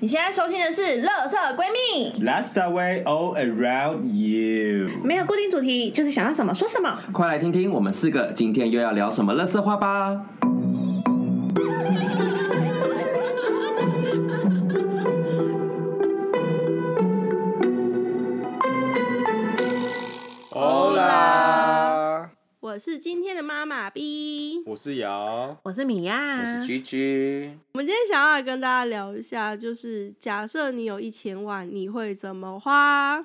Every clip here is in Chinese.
你现在收听的是《乐色闺蜜》， That's the way all around you。没有固定主题，就是想要什么说什么。快来听听我们四个今天又要聊什么乐色话吧！欧啦，我是今天的妈妈 B，我是瑶，我是米娅，居居，我们今天想要来跟大家聊一下，就是假设你有一千万，你会怎么花？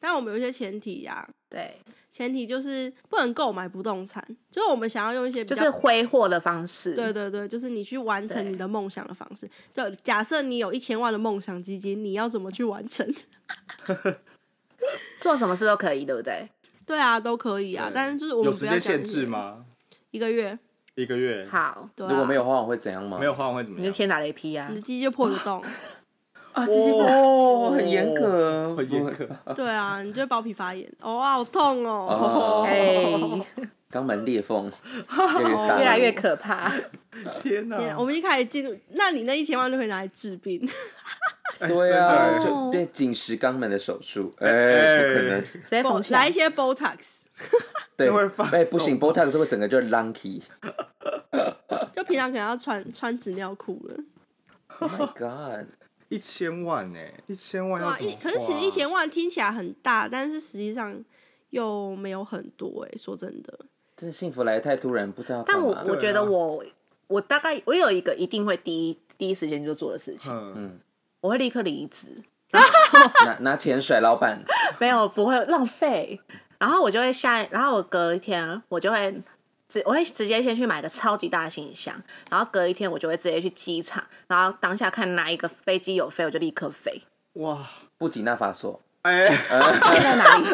但我们有一些前提呀、对，前提就是不能购买不动产，就是我们想要用一些比就较、是挥霍的方式。对对对，就是你去完成对你的梦想的方式。就假设你有一千万的梦想基金，你要怎么去完成？ 做什么事都可以，对不对？对啊，都可以啊，但是就是我有们时不要间讲限制？吗？一个月，一个月？好，对、啊，如果没有花我会怎样吗？没有花完会怎么你就样？天打雷劈啊你！的鸡就破个洞，啊，这些哦，很严格，哦很严格。对啊，你就会包皮发炎，哦啊，好痛哦，哦，哎，肛门裂缝越来越大，越来越可怕。天哪天啊我们已经开始进入，那你那一千万就可以拿来治病。哎对啊，真的哎就变紧实肛门的手术，哎，哎不可能，直 接缝起来来一。些 Botox，对会发，哎，不行送，Botox 会整个就 lanky。就平常可能要穿穿纸尿裤 了。 Oh my god！一千万哎，一千万对要啊，怎么一花？可是其实一千万听起来很大，但是实际上又没有很多哎、说真的，真的幸福来得太突然，不知道要干但我嘛。我觉得我我大概我有一个一定会第一第一时间就做的事情，嗯，我会立刻离职，拿拿钱甩老板，没有不会浪费。然后我就会下，然后我隔一天我就会直我会直接先去买个超级大的行李箱，然后隔一天我就会直接去机场，然后当下看哪一个飞机有飞，我就立刻飞。哇，布吉纳法索，哎， 飞在哪里？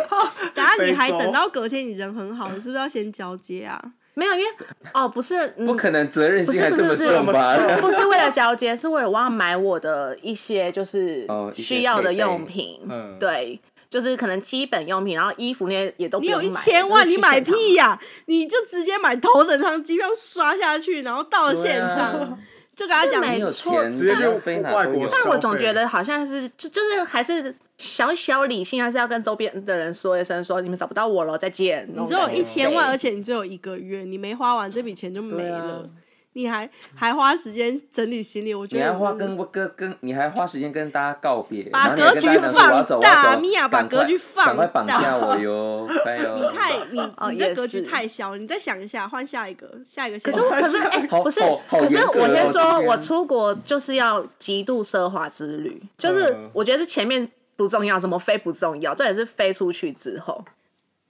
等下你还非洲等到隔天你人很好，你是不是要先交接啊？没有，因为哦，不是，嗯不可能责任不心是还不这是么不是重吧？不是为了交接，是为了我要买我的一些就是哦一些需要的配备用品，嗯对，就是可能基本用品，然后衣服那些也都不你有用一买千万，你买？就是去屁现场呀、你就直接买头等舱机票刷下去，然后到现场、对啊就跟他讲是，没你有错钱，直接你去要飞哪外都国有消但我总费觉得好像是就就是还是小小理性，还是要跟周边的人说一声，说你们找不到我了，再见。你只有一千万，而且且你只有一个月，你没花完这笔钱就没对啊了，你还还花时间整理行李，我觉你得还花跟跟跟，你还花时间跟大家告别，把然后你还跟格大家讲局说我要走我要放大走米娅把赶快格局放赶快绑大架我 哟，哎快哟！你太 你哦你这也格局是太小，你再想一下，换下一个，下一个可先。是我可是 哎、好不是好，好可是严格我先哦说，今我天出国就是要极度奢华之旅，就是嗯我觉得前面不重要，怎么飞不重要，这也是飞出去之后，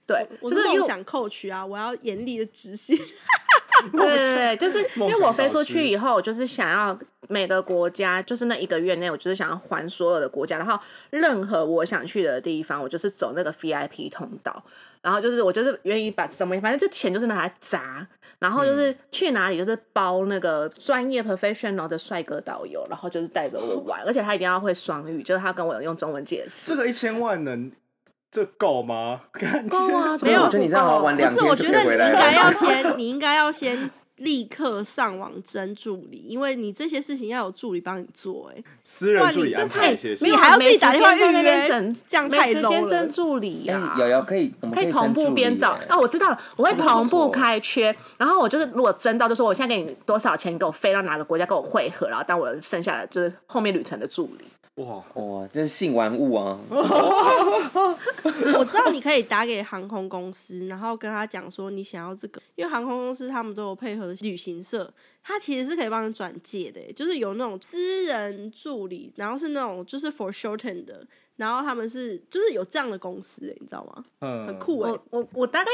对，我就是是因梦为想 coach 啊，我要严厉的执行。对对对，就是因梦为想我导飞出师去以后，我就是想要每个国家，就是那一个月内，我就是想要环所有的国家，然后任何我想去的地方，我就是走那个 VIP 通道，然后就是我就是愿意把什么，反正这钱就是拿来砸，然后嗯就是去哪里就是包那个专业 professional 的帅哥导游，然后就是带着我玩，而且他一定要会双语，就是他跟我用中文解释，这个一千万能这够吗？感觉够啊，怎没么有我觉得你这样好像玩不 两是，我天就觉可以得回你应来该了。 要先，你应该要先立刻上网征助理，因为你这些事情要有助理帮你做、哎，私人助理安排一些啊你哎没有啊还要自己没时打电话间在那边预约整这样没太时 low 间了争助理啊呀、哎瑶瑶可以，我们可以同步编造啊，哦，我知道了，我会这个不同步错开缺，然后我就是如果争到，就说我现在给你多少钱，你给我飞到哪个国家跟我汇合，然后当我剩下的就是后面旅程的助理。哇，哇，真是性玩物啊！ 我知道你可以打给航空公司，然后跟他讲说你想要这个，因为航空公司他们都有配合旅行社，他其实是可以帮你转介的，欸就是有那种私人助理，然后是那种就是 for shorten 的，然后他们是就是有这样的公司，欸你知道吗？嗯，很酷哎、我我我大概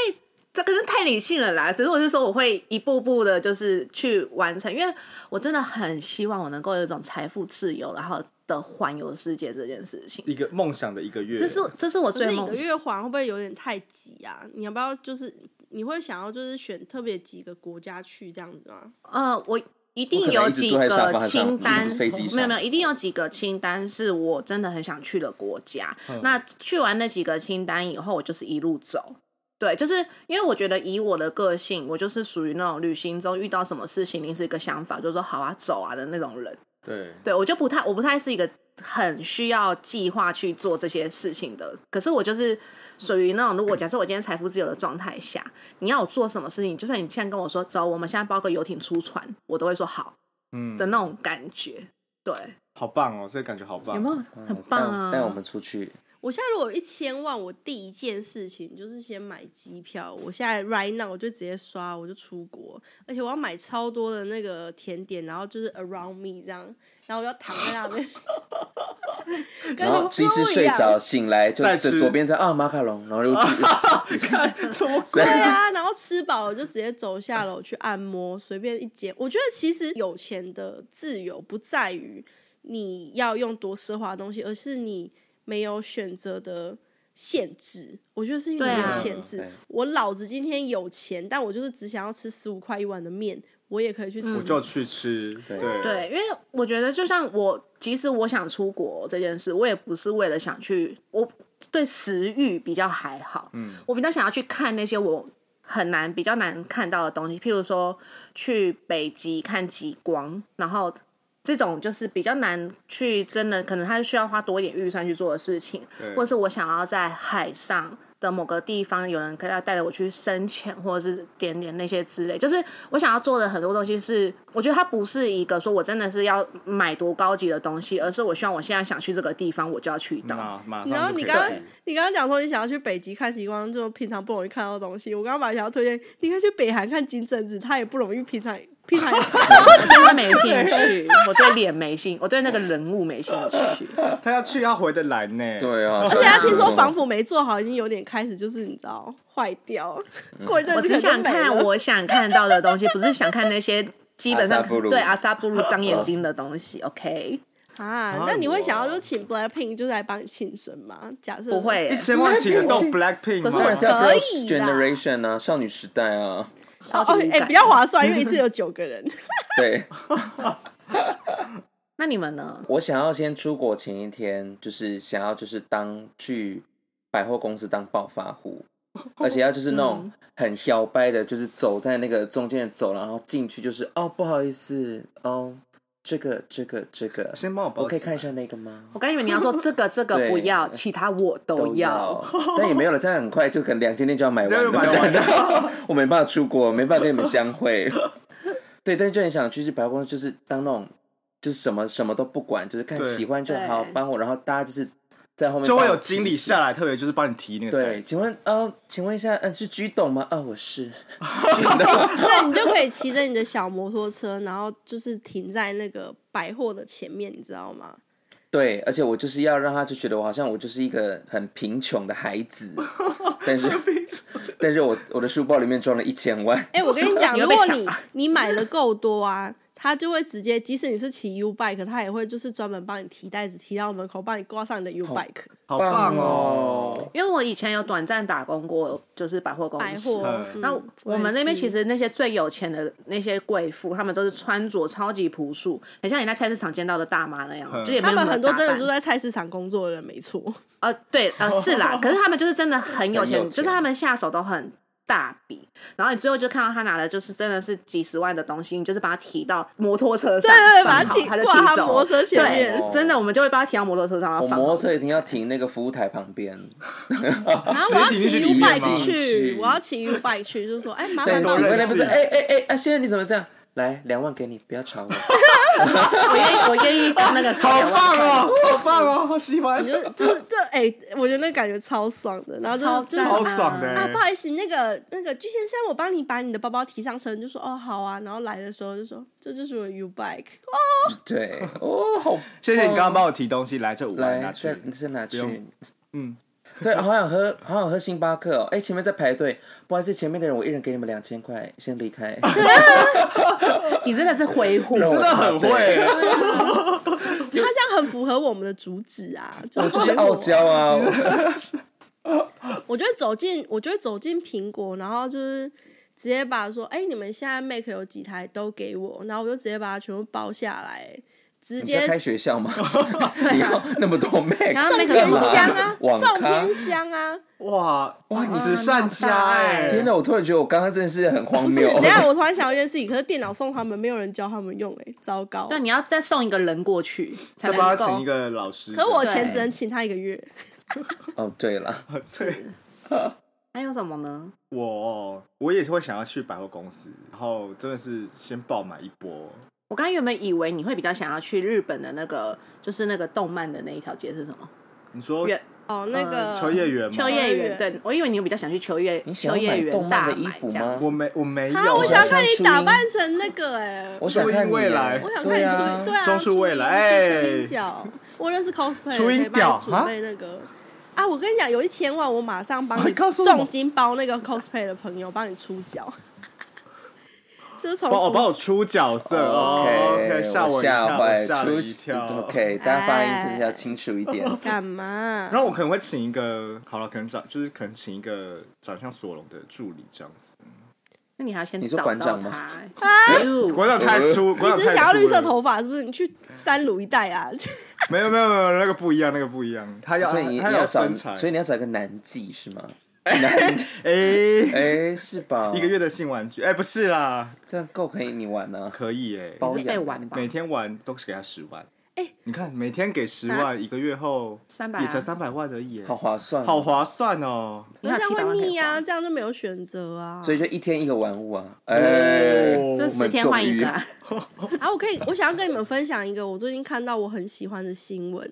这可是太理性了啦，只是我是说我会一步步的，就是去完成，因为我真的很希望我能够有一种财富自由，然后的环游世界这件事情。一个梦想的一个月，这是这是我可是最一梦个月还会不会有点太急啊？你要不要就是你会想要就是选特别几个国家去这样子吗？呃，我一我定可能有一直几坐在沙个发上清一单直飞机，上没有没有，一定有几个清单是我真的很想去的国家。那去完那几个清单以后，我就是一路走。对，就是因为我觉得以我的个性，我就是属于那种旅行中遇到什么事情临时一个想法，就说好啊走啊的那种人。对，对我就不太，我不太是一个很需要计划去做这些事情的。可是我就是属于那种，如果假设我今天财富自由的状态下，你要我做什么事情，就算你现在跟我说走，我们现在包个游艇出船，我都会说好嗯的那种感觉。对，好棒哦，这个感觉好棒，有没有嗯很棒啊？嗯带带我们出去，我现在如果有一千万，我第一件事情就是先买机票。我现在 right now 我就直接刷，我就出国，而且我要买超多的那个甜点，然后就是 around me 这样，然后我要躺在那边， 跟然后吃一吃猪一睡样。着，醒来就再这吃左边在啊马卡龙，然后又 什么 对对啊，然后吃饱了就直接走下楼去按摩，随便一间。我觉得其实有钱的自由不在于你要用多奢华的东西，而是你没有选择的限制。我觉得是因为对没啊有限制。对我老子今天有钱，但我就是只想要吃十五块一碗的面，我也可以去吃。我就去吃，对对对，因为我觉得就像我，即使我想出国这件事，我也不是为了想去，我对食欲比较还好，嗯，我比较想要去看那些我很难、比较难看到的东西，譬如说去北极看极光，然后。这种就是比较难去，真的可能它是需要花多一点预算去做的事情，对或者是我想要在海上的某个地方，有人可以要带着我去深潜，或者是点点那些之类。就是我想要做的很多东西是，我觉得它不是一个说我真的是要买多高级的东西，而是我希望我现在想去这个地方，我就要去到。马马然上后就你可以刚刚去你刚刚讲说你想要去北极看极光，这种平常不容易看到的东西。我刚刚本来想要推荐，你可以去北韩看金正子，他也不容易平常平常也他没兴趣，我对脸没兴，我对那个人物没兴趣。他要去要回得来呢，对啊，对啊，小心听说哦防腐没做好，已经有点开始就是你知道坏掉，过一阵我子只可能想就没看了。我想看到的东西，不是想看那些基本上阿萨布鲁对阿萨布鲁长眼睛的东西。OK，啊，那你会想要就请 Blackpink 就是来帮你庆生吗？假设哦不，会、一千万请得动 Blackpink 可是当然是要吗？可以啦 Girls Generation 啊，少女时代啊，哦超级哦，无哎，感比较划算，因为 一次有九个人。对。那你们呢？我想要先出国前一天，就是想要就是当去百货公司当暴发户， 而且要就是那种嗯很摇摆的，就是走在那个中间的走廊，然后进去就是哦不好意思哦，这个这个这个，先帮我包我可以起看一下那个吗？我刚以为你要说这个这个不要，其他我都要。， 但也没有了，这样很快就可能两千天就要买完对了，买完了 我没办法出国，没办法跟你们相会。 对，但是就很想去去百货公司，就是当那种就是什么什么都不管，就是看对喜欢就对好帮我，然后大家就是在后面就会有帮我提经理示下来，特别就是帮你提那个袋对，子，请问呃，请问一下，嗯、是居董吗？啊、我是。那你就可以骑着你的小摩托车，然后就是停在那个百货的前面，你知道吗？对，而且我就是要让他就觉得我好像我就是一个很贫穷的孩 子，但是，但是我我的书包里面装了一千万，哎，我跟你讲，你会如被果抢你你买了够多啊。他就会直接，即使你是骑 U bike，他也会就是专门帮你提袋子，提到门口，帮你挂上你的 U bike。好棒哦哦！因为我以前有短暂打工过，就是百货公司。百货嗯，那嗯我们那边其也是实那些最有钱的那些贵妇，他们都是穿着超级朴素，很像你在菜市场见到的大妈那样，嗯就也没他有们什么很多打真的扮就在菜市场工作的人，没错。呃，对，呃，是啦，可是他们就是真的很有钱，很有就是钱他们下手都很大笔，然后你最后就看到他拿的就是真的是几十万的东西，你就是把它提到摩托车对上，对对把它放好提他就挂骑他走，摩托车前面对，真的我们就会把它提到摩托车上，然后我放摩好托。车一定要停那个服务台旁边，啊，我要直接骑进去 U 体 bike 验去，吗我要骑 U bike 去，就是说，哎，麻对，烦都警认官识那不是，你哎哎哎，啊，先生你怎么这样？来，两万给你，不要吵我。我愿意，我愿 意当那个好棒哦，好棒哦，好喜欢你，就就是就哎，我觉得那感觉超爽的，然后就是就是超超说赞爽的啊，欸不。好意思，那个那个巨先生，我帮你把你的包包提上车，你就说哦好啊，然后来的时候就说这就是我的 U bike，哦对，哦，好，谢谢你刚刚帮我提东西，来这五万拿来，去再，再拿不去用。嗯，对，好想喝，好想喝星巴克哦！哎，前面在排队，不好意思，前面的人我一人给你们两千块，先离开。你真的是挥霍，真真的很会欸，他这样很符合我们的主旨啊，就我是哦就是觉得傲娇 啊！我就会走进，我就会走进苹果，然后就是直接把说，哎、你们现在 Mac 有几台都给我，然后我就直接把它全部包下来，直你在接开学校吗？你要那么多 Mac，然后送那个偏什么乡啊，网送咖偏乡啊。哇哇，你慈善家哎、天哪！我突然觉得我刚刚真的是很荒是，谬。等一下我突然想到一件事情，可是电脑送他们，没有人教他们用、欸，哎，糟糕。对，你要再送一个人过去才再帮他能请一够。个老师。可我对钱只能请他一个月，哦，对了， 对，还有什么呢？我哦我也是会想要去百货公司，然后真的是先爆买一波。我刚刚原本以为你会比较想要去日本的那个，就是那个动漫的那一条街是什么？你说原哦，那个、秋呃叶原吗？秋秋叶叶原。原对，我以为你比较想去秋叶你秋想要叶买动原大漫买的衣服这样吗？我没我没有、欸啊，我想看穿你初打音扮成那个哎、我想看你啊未来我想看你对出啊对啊，装出未来初音哎初音角，我认识 cosplay，初音可以帮你屌准备那个啊，我跟你讲，有一千万，我马上帮你哎你告诉我重金包那个 cosplay 的朋友帮你出脚， 就是从帮我帮我出角色哦 OK， ，OK，吓我一跳，吓我坏，吓了出一跳。 OK，大家发音真是要清楚一点。干嘛？然后我可能会请一个，好了，可能长就是可能请一个长相索隆的助理这样子。那你还要先你说找馆到长吗他。哎呦馆长太呃粗，馆你长只太是想要粗绿色了头发是不是？你去三鲁一带啊， 没有没有没有，那个不一样，那个不一样。他要哦所以你你他要找哎身，材，所以你要找一个男妓是 吗？男 哎，哎是吧？一个月的性玩具，哎，不是啦，这样够可以你玩啊呢？可以哎，包是被养玩吧每？天玩都是给他十万。哎，你看每天给十万，一个月后300也才啊三百万而已耶，好划算，啊好。划算哦。你这还有样七百会万可以腻花啊，这样就没有选择啊。所以就一天一个玩物啊，哎，哦就我十们天终换一于个啊，啊，我可以，我想要跟你们分享一个我最近看到我很喜欢的新闻，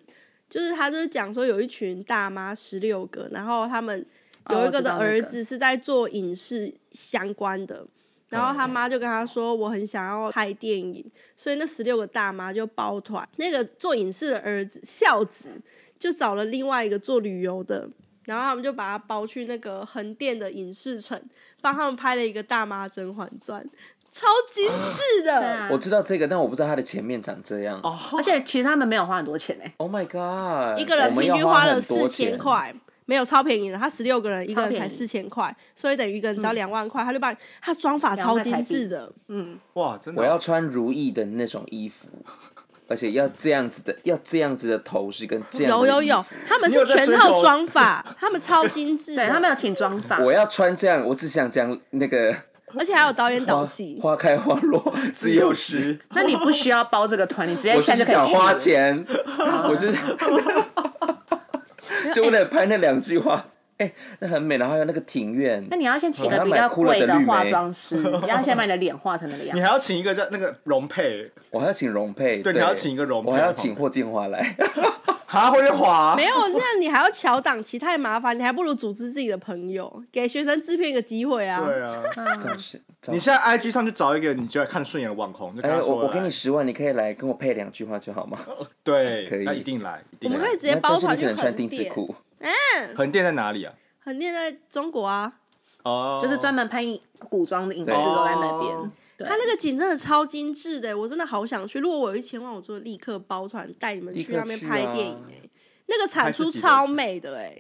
就是他就是讲说有一群大妈十六个，然后他们有一个的哦我知道那个嗯儿子是在做影视相关的，嗯然后他妈就跟他说我很想要拍电影，所以那十六个大妈就包团，那个做影视的儿子孝子就找了另外一个做旅游的。然后他们就把他包去那个横店的影视城，帮他们拍了一个《大妈甄嬛传》，超精致的。对啊我知道这个，但我不知道它的前面长这样。哦，而且其实他们没有花很多钱哎， Oh my god！一个我人们平要均花了很多四千钱，块，没有超便宜的。他十六个人，一个人才超便四宜千块，所以等于一个人只要两万块，他就把他妆法超精致的，嗯，哇，真的我要穿如意的那种衣服，而且要这样子的，要这样子的头饰跟这样有子的有衣有服，他们你是有在全追套求妆法， 他们超精致对他的，们有请妆发，我要穿这样，我只想讲那个而且还有导演导花戏。花开花 落自自由由。时，那你不需要包这个团，你直哎接我现是在就可想以去花了。钱，我 就是就为了拍那两句话，哎，那很美，然后还有那个庭院那，你要先请我个要比买较哭了贵的绿化梅 妆师，你要先把你的脸画成那个样你子。还要请一个叫那个容配，我还要请容佩，对你还要请一个容佩我还要好请霍建华来，嗯哈，会不会滑没？有，那样你还要乔档期，太麻烦，你还不如组织自己的朋友，给学生制片一个机会啊。对 啊，嗯赵氏赵你现在 IG 上去找一个你觉得看顺眼的网红，就跟哎，他我说我给你来十万，你可以来跟我配两句话就好吗？哎对，可以那一定来，一定我们来可。以直接那但包是团你只去能穿横丁字店，裤，横店在哪里啊？横店在中国啊，哦，就是专门拍古装的影视对都在那边哦。对他那个景真的超精致的，我真的好想去。如果我有一千万，我就立刻包团带你们立去刻那边去拍啊电影哎、那个产拍自出己的超美的哎、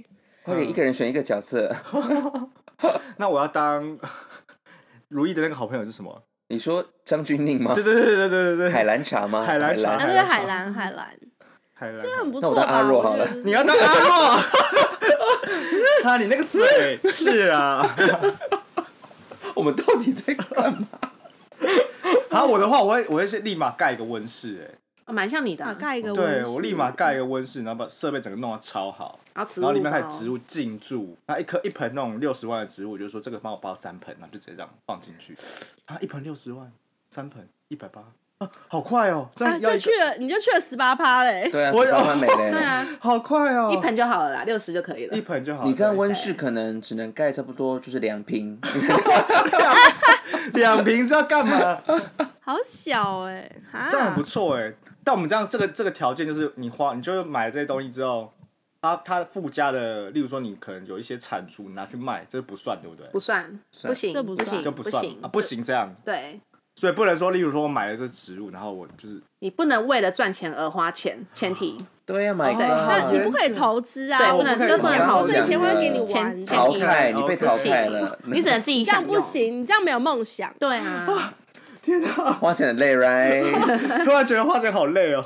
嗯快给一个人选一个角色。那我要当 如意的那个好朋友是什么？你说张钧甯吗对？对对对对对对，哦海蓝茶吗？海蓝茶 啊，海对，蓝海超蓝海蓝，海蓝这，很不那错我当阿吧？若我觉好得了是你要当阿 诺，哈，你那个嘴是 啊。我们到底在干嘛？然后啊我的话，我会我会是立马盖一个温室，哎，哦蛮像你的啊，啊盖一个温对室我立马盖一个温室，然后把设备整个弄得超好，然后植然后里面开始植物哦物进驻，那一颗一盆那种六十万的植物，我就说这个帮我包三盆，然后就直接这样放进去，啊，一盆六十万，三盆一百八，啊，好快哦，这啊，样要就一去个，了，你就去了十八趴嘞。对啊，我十八万美 包。对嘞。啊，好快哦，一盆就好了啦，六十就可以了一。盆就好，你这样温室可能只能盖差不多就是两瓶，对两瓶是要干嘛？好小哎、啊，这样很不错哎，但我们这样这个这个条件就是你花，你就买了这些东西之后。它它附加的，例如说你可能有一些产出，你拿去卖，这不算，对不对？不算，不行，这不不算行，就不算行啊，不。行这样，对所以不能说，例如说我买了这植物，然后我就是你不能为了赚钱而花钱，前提对呀，My 哦那你 God，不可以投资对啊！不我能们就不能投我资这千万给你啊玩前前，这淘提汰，你被淘不行汰了。你只能自己样想不用。行，你这样没有梦想。对啊，天啊， 花钱很累，right？突然觉得花钱好累哦。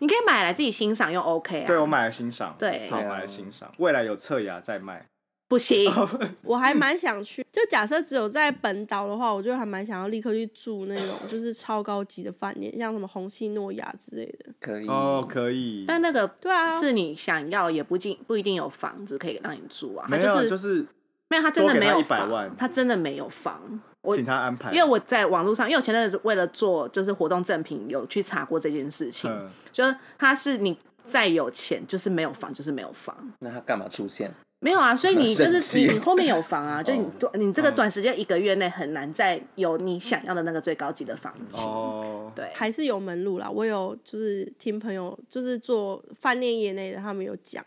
你可以买来自己欣赏用 OK 啊。对我买来欣赏，对好对啊买来欣赏，未来有侧牙再卖。不行，哦我嗯还蛮想去，就假设只有在本岛的话，我就还蛮想要立刻去住那种就是超高级的饭店，像什么红系诺亚之类的。可以哦，可以，但那个对啊，是你想要，也不进不一定有房子可以让你住啊。他没有，是、就是没有，他真的没有多给他100万哎房，他真的没有房。我请他安排。因为我在网络上，因为我前阵子为了做就是活动赠品，有去查过这件事情，嗯，就是他是你再有钱，就是没有房，就是没有房，那他干嘛出现？没 有啊。所以你生就是气你你后面有房啊，就你哦短你这个嗯短时间一个月内很难再有你想要的那个最高级的房型。哦，对，还是有门路啦。我有就是听朋友，就是做饭店业内的，他们有讲。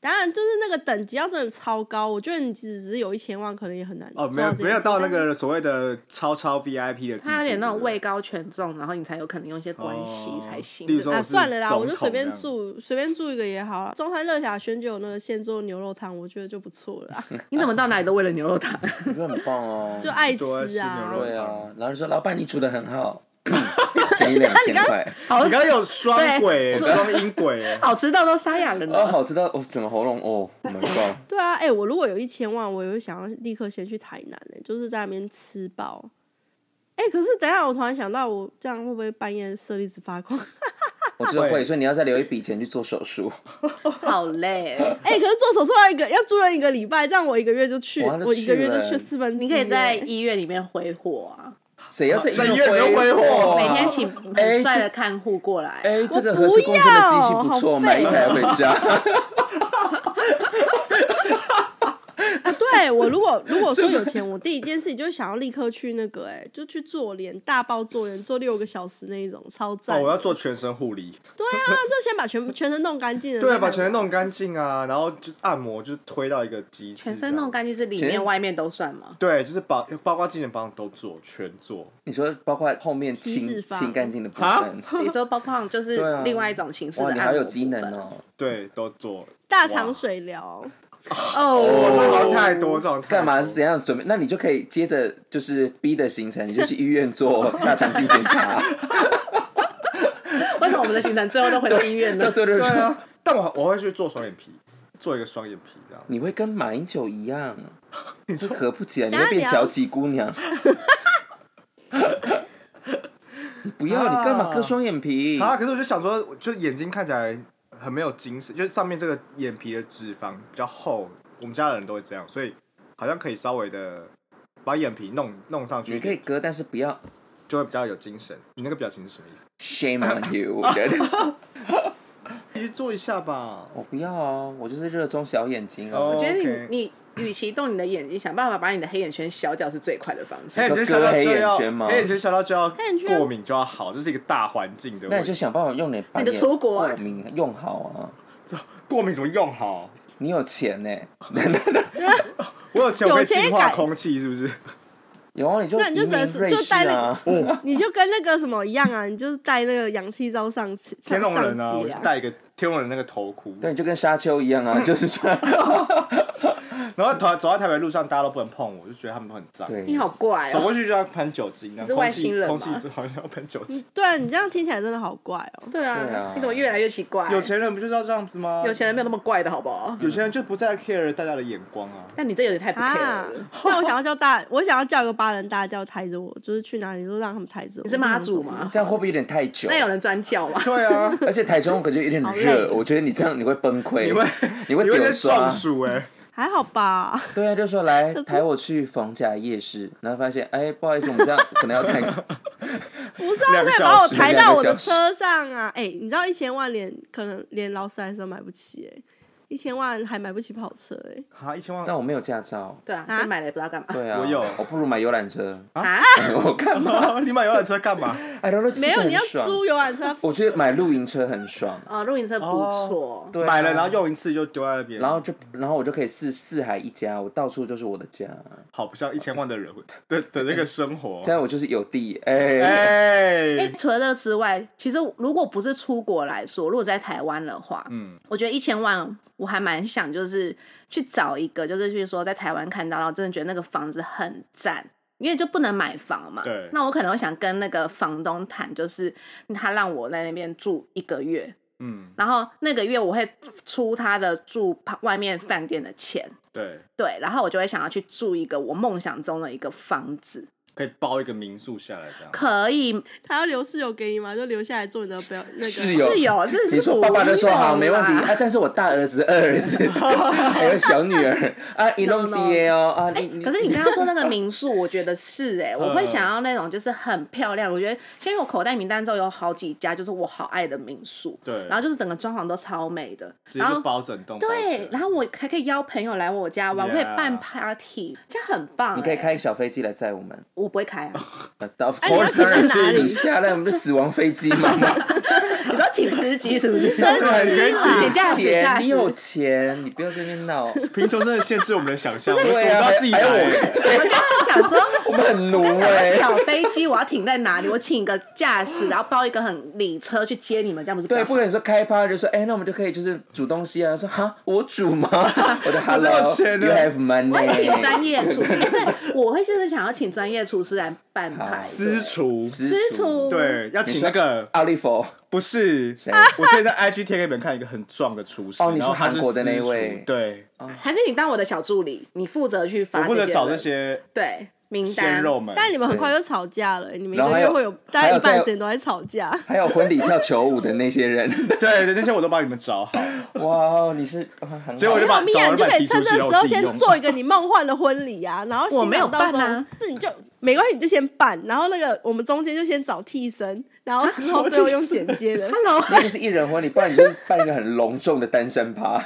当然，就是那个等级要真的超高，我觉得你只只是有一千万，可能也很难哦，做没有这件没有事到那但个所谓的超超 VIP 的地步，他有点那种对不对位高权重，然后你才有可能用一些关系才行。哦例如说啊，我是算了啦，总我就随便统这住，随便住一个也好了。中山乐享轩就有那个现做牛肉汤，我觉得就不错 了啦，你怎么到哪里都为了牛肉汤？我觉得很棒哦。就爱吃多吃牛肉啊。对啊，然后就说老板你煮的很好，给你两千块。好你刚刚有双轨，对双音 轨，好吃到都沙哑了哦，呢。好知道，哦，整个喉咙哦，我们棒。对啊，哎、我如果有一千万，我也会想要立刻先去台南、欸，就是在那边吃饱。哎、可是等一下，我突然想到，我这样会不会半夜舍利子发光？我觉得会会，所以你要再留一笔钱去做手术。好累， 哎、可是做手术要一个要住院一个礼拜，这样我一个月就去，哇那我一个去月就了去四分之一你欸。可以在医院里面挥霍啊，谁要在在医院没有挥霍哇每天请哎很帅的看护过来啊。哎，这个核磁共振的机器不我错，不要好买废一哦台回家。啊，对我如 果如果说有钱，我第一件事情就是想要立刻去那个、欸，哎，就去做脸，大爆做脸，做六个小时那一种，超赞哦，的。我要做全身护理，对啊， 就先把全全身弄干净了。对啊，再把看全身弄干净啊，然后就按摩，就是推到一个极致，全身弄，干净是里全面外面都算吗？对，就是把包括精神保养都做，全做，你说包括后面体清脂肪清干净的部啊分，你说包括就是对啊另外一种形式的哇，按你摩好有机能部分。哦！对，都做，大肠水疗，哇，这哦，种太多，这种太多干嘛是怎？样准备？那你就可以接着就是 B 的行程，你就去医院 做哦大肠镜检查，为什么我们的行程最后都回到医院到 呢？最后就对说啊，但我我会去做双眼皮，做一个双眼皮这样。你会跟马英九一样，你是合不起来，你等下会变聊乔琪姑 娘。你不要，你干嘛割双眼皮？啊，可是我就想说，就眼睛看起来很没有精神，就是上面这个眼皮的脂肪比较厚，我们家的人都会这样，所以好像可以稍微的把眼皮弄弄上去你一可以点，割，但是不要就会比较有精神。你那个表情是什么意思？ shame on you。我觉得必须做一下吧。我不要哦，我就是热衷小眼睛哦。我觉得 OK 你你与其动你的眼睛，想办法把你的黑眼圈消掉是最快的方式黑。眼圈笑到哎黑就眼要，圈吗黑眼圈笑到就要眼圈过敏就要好，这是一个大环境的那问你就题。想办法用点把那你就出国啊过敏用好啊。过敏怎么用好？你有钱欸呢、我有钱，我可以有钱净化改空气，是不是？有啊，你就那你就移民只能瑞就士待啊，你就跟那个什么一样啊，你就是带那个氧气罩上去，天上龙上人啊，我街就啊。戴一个天龙人那个头箍，对，你就跟沙丘一样啊，就是穿。然后走走在台北路上，大家都不能碰我，我就觉得他们都很脏。对，你好怪走哦过，去就要喷酒精，然你是后外空星气人空吗气好像要喷酒精。对啊，你这样听起来真的好怪 哦、对对啊啊，你怎么越来越奇怪？有钱人不就是要这样子吗？有钱人没有那么怪的好不好？有钱人就不再 care 大家的眼光啊。但你这有点太不 care 啊了。！那我想要叫大，我想要叫一个巴人大叫抬着我，就是去哪里都让他们抬着我。你是妈祖吗？这样会不会有点太久啊那？有人专教吗？对啊，而且台中感觉有点好累热，我觉得你这样你会崩溃，你会你会有丢点刷中。暑哎，还好吧？对啊，就说来是抬我去逢甲夜市，然后发现哎，不好意思，我们这样可能要太不是啊，两个可以把小我时抬两到个我的小时车上啊！哎、你知道一千万连可能连劳斯莱斯都买不起哎、一千万还买不起跑车哎、啊一千万但我没有驾照。 对 啊，啊所以买了也不知道干嘛。对啊，我有我不如买游览车。啊， 我干 嘛？你买游览车干嘛？哎，然后就没有，你要很爽租游览车。我觉得买露营车很爽。哦，露营车不错。对啊，买了然后用一次就丢在那边，然后就然后我就可以四四海一家，我到处就是我的家，好不像一千万的人 的的那个生活这。样我就是有地哎、哎，哎，除了这个之外，其实如果不是出国来说，如果在台湾的话，嗯，我觉得一千万我还蛮想就是去找一个，就是去说在台湾看到，然后真的觉得那个房子很赞，因为就不能买房嘛。对那我可能会想跟那个房东谈，就是他让我在那边住一个月，嗯，然后那个月我会出他的住旁外面饭店的钱，对，对，然后我就会想要去住一个我梦想中的一个房子，可以包一个民宿下来这样。可以他要留室友给你吗？就留下来做你的表那个室友 是有，是是你说爸爸就说好，没问题啊啊，但是我大儿子、二儿子 还有小女儿 啊，一弄 No, no. 爹哦啊，你哎可是你刚刚说那个民宿，我觉得是哎、我嗯会想要那种就是很漂亮。我觉得先因为我口袋名单之后有好几家，就是我好爱的民宿，对，然后就是整个装潢都超美的，直接然就后包整栋包起来。对，然后我还可以邀朋友来我家玩，我可以 Yeah 办 party，这样很棒、你可以哎开小飞机来载我们。我不会开啊，呃，Of 哎你要 course，去当然哪是里你下来我们就死亡飞机 嘛。你说请司 机是不是？对，你可以请请。假请假钱，你有钱，你不要在那边闹。贫穷真的限制我们的想 象，我们对想啊，不到自己还有来。我，对，我想说。我们很奴我的哎。小飞机我要停在哪里？我请一个驾驶，然后包一个很礼车去接你们，这样不是比较对，好不可能说开趴就说，哎、那我们就可以就是煮东西啊。说哈，我煮 吗？我的 Hello，You 钱呢 have 我会 money。请专业厨师，哎对，我会现在想要请专业厨师来办好派私厨，私厨，对，要请那个奥利佛，不是，谁？我之前在 IG 贴给你们看一个很壮的厨师，哦你然后说他是韩国的那私厨位对，还是你当我的小助理，你负责去发我这些负人，责找这些啊对名鲜单。肉们。但你们很快就吵架了、你们一然后个还月有会有大还概有一半在时间都在吵架。还有婚礼跳球舞的那些人，对对，那些我都帮你们找好， 哇哦，你是哇 很结果我就没把有米娅，找你就人可把踢以出趁去这然后时候自己先用做一个你梦幻的婚礼啊，然后新我没有郎到时办啊候是你就没关系，你就先办，然后那个我们中间就先找替身，然后之后最后用剪接 的。 Hello，那个是一人婚礼，不然你就是办一个很隆重的单身 趴。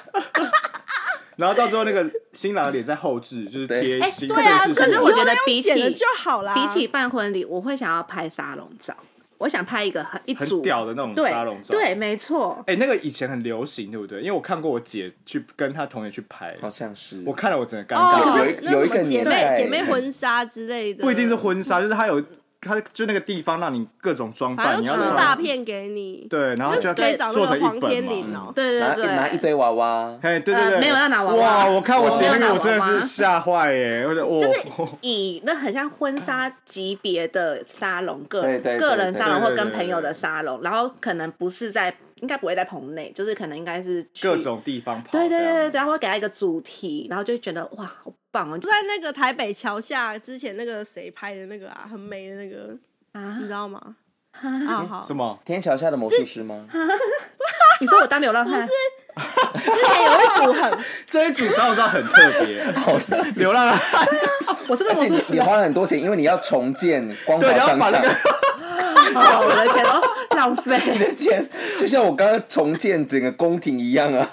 然后到最后那个新郎的脸在后置，就是贴哎新对啊，正式新可是娘我以后觉得再用比剪的起就好啦， 比起办婚礼，我会想要拍沙龙照，我想拍一个很一组很屌的那种对沙龙照，对，没错，哎、那个以前很流行，对不对？因为我看过我姐去跟她同学去拍，好像是我看了我整个尴尬。哦，有一那有一什个么姐年妹代姐妹婚纱之类的，不一定是，婚纱，就是她有她就那个地方让你各种装反扮，正你就要出穿大片给你，对，然后就就要可以找做那成个一黄本天嘛。嗯林哦。对对拿一拿一对，堆娃娃，嘿，对对呃对，没有要拿娃娃哦哇，我看我姐那个，我没有拿娃娃我真的是吓坏耶！我觉得哦，以那很像婚纱级别的沙龙，个对对对个人沙龙对或对对跟朋友的沙龙，然后可能不是在，应该不会在棚内，就是可能应该是去各。种地方跑这样，对对对对，然后会给他一个主题，然后就会觉得哇，好棒哦！就 就在那个台北桥下之前，那个谁拍的那个啊，很美的那个，啊你知，道吗？啊，好，什么？天桥下的魔术师吗？你说我当流浪汉，之前有一组很这一组烧照很特别，好的，流浪汉，我是不而是魔且术你师你？花了很多钱，因为你要重建光对，华你要商把那场个。哦，我的钱都浪你 费，的钱就像我刚刚重建整个宫廷一样啊！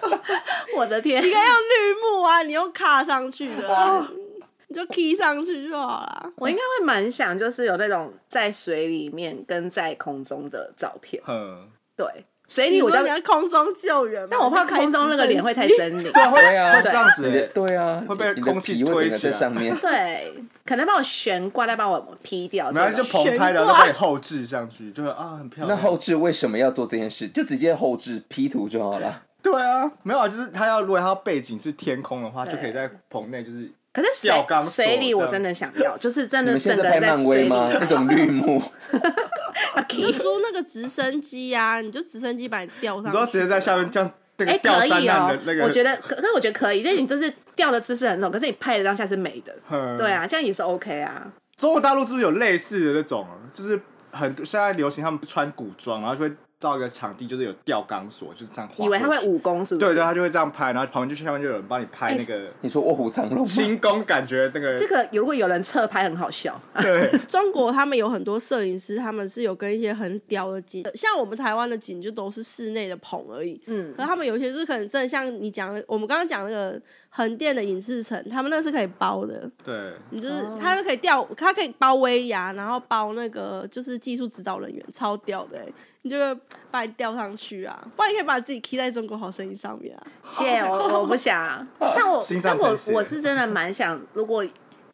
我的天！应该用绿幕啊，你用卡上去 的哦啊，你就 key 上去就好了。我应该会蛮想，就是有那种在水里面跟在空中的照片。嗯，对，水你里我说就你，要空中救人吗，但我怕空中那个脸会太狰狞。 对啊，会这样子你的对啊，会被你的空气皮会整推个起在来上 面。对，可能把我悬挂，再把我 P 掉。然后就这种棚拍，然后就悬挂可以后置上去，就是啊，很漂那亮。后置为什么要做这件事？就直接后置 P 图就好了。对啊，没有啊，就是他要如果他背景是天空的话，对就可以在棚内就是可是水吊钢索水里这我样真的想要，就是真你的们整现个在人拍在漫水威里 吗？那种绿幕，就租那个直升机啊，你就直升机把你吊上你去。说直接在下面这样那哎，个吊可山以那哦你的那个，我觉得，可可是我觉得可以，就是你就是掉的姿势很丑，可是你拍的当下是美的，嗯对啊，这样也是 OK 啊。中国大陆是不是有类似的那种啊？就是很多现在流行他们穿古装，然后就会到一个场地，就是有吊钢索，就是这样划过去。以为他会哎武功是不对是？对，他就会这样拍，然后旁边就下面就有人帮你拍那个你说卧虎藏龙吗？轻功，感觉那这个个如果有人侧拍很好笑，对中国他们有很多摄影师，他们是有跟一些很屌的景，像我们台湾的景就都是室内的棚而已。嗯可是他们有一些就是可能真的像你讲的，我们刚刚讲那个横店的影视城，他们那是可以包的，对，你就是、它是可以吊，它可以包威亚，然后包那个就是技术指导人员，超屌的、欸，你就把你吊上去啊，不然你可以把自己 key 在中国好声音上面啊。谢我我 不想。但我哦心脏但我喷血我是真的蛮想，如果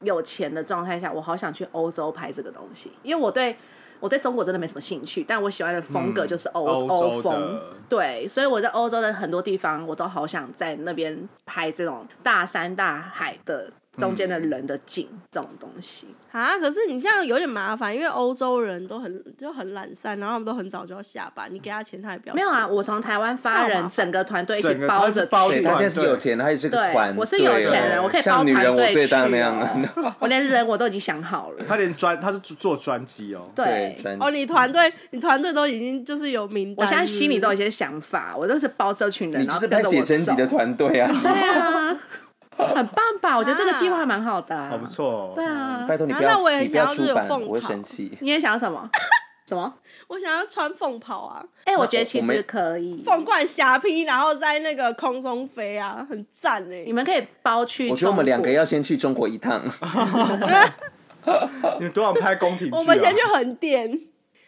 有钱的状态下，我好想去欧洲拍这个东西，因为我对我对中国真的没什么兴趣，但我喜欢的风格嗯就是欧欧欧、洲风的。对，所以我在欧洲的很多地方，我都好想在那边拍这种大山大海的中间的嗯人的景、这种东西。啊，可是你这样有点麻烦，因为欧洲人都很就很懒散，然后他们都很早就要下班，你给他钱他也不要。没有啊，，我从台湾发这样人麻，烦整个团队一起整个包着他是包去对，团他队现在是有钱的，他也是个对团队哦，我是有钱人我可以包像女人团队我最大去那样 哦啊。我连人我都已经想好了。他连专他是做专辑哦，对，专哦，辑你团队你团队都已经就是有名我单，现在心里都有一已经些想法，我都是包这群人，你然就后是跟拍着写我真集的走。团队啊！ 对啊，很棒吧？我觉得这个计划还蛮好的、啊好不。错哦。对啊，拜托你啊不那我要，也你不要想要出这个版，凤我会袍生气。你也想 什么？什么？我想要穿凤袍啊，哎、我觉得其我没实可以，凤冠霞披，然后在那个空中飞啊，很赞哎、你们可以包去。我觉得我们两个要先去中国一 趟，你们多想拍宫廷剧啊？我们先去横店，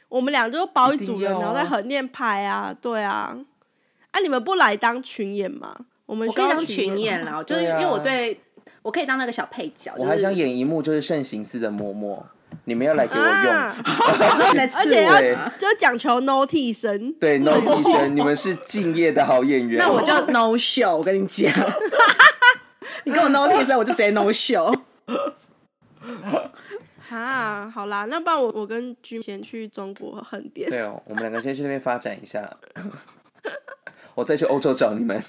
我们俩就包一组一定人，要啊然后在横店拍啊，对啊，啊，你们不来当群演吗？我们我需可以要当群演演吗，啦，就是对因啊为我对，我可以当那个小配角。我还就是想演一幕就是盛行寺的嬷嬷，你们要来给我用。啊，真的在而刺且我要吗就讲求 no 替身，对，No 替身，你们是敬业的好演员。 那我就 no show，我跟你 讲，你跟我 no 提升，我就直接 no show。啊，好啦，那不然我我跟君先去中国横店，对哦，我们两个先去那边发展一下，我再去欧洲找你们。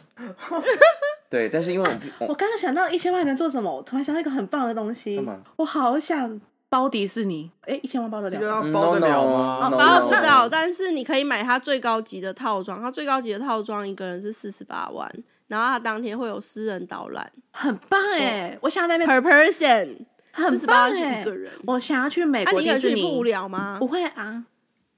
对，但是因为我不我我刚刚想到一千万能做什么，我突然想到一个很棒的东西干嘛，我好想包迪士尼。哎，一千万包得这个了？哦要嗯包得 no, 了 no, 吗？ no, 然后啊不知道，但是你可以买它最高级的套装，它最高级的套装一个人是四十八万，然后它当天会有私人导览很棒哎！我想要在那边， per person，很48棒是哎一个人。我想要去美啊，国你一个迪人士去尼你，不无聊吗？不会啊。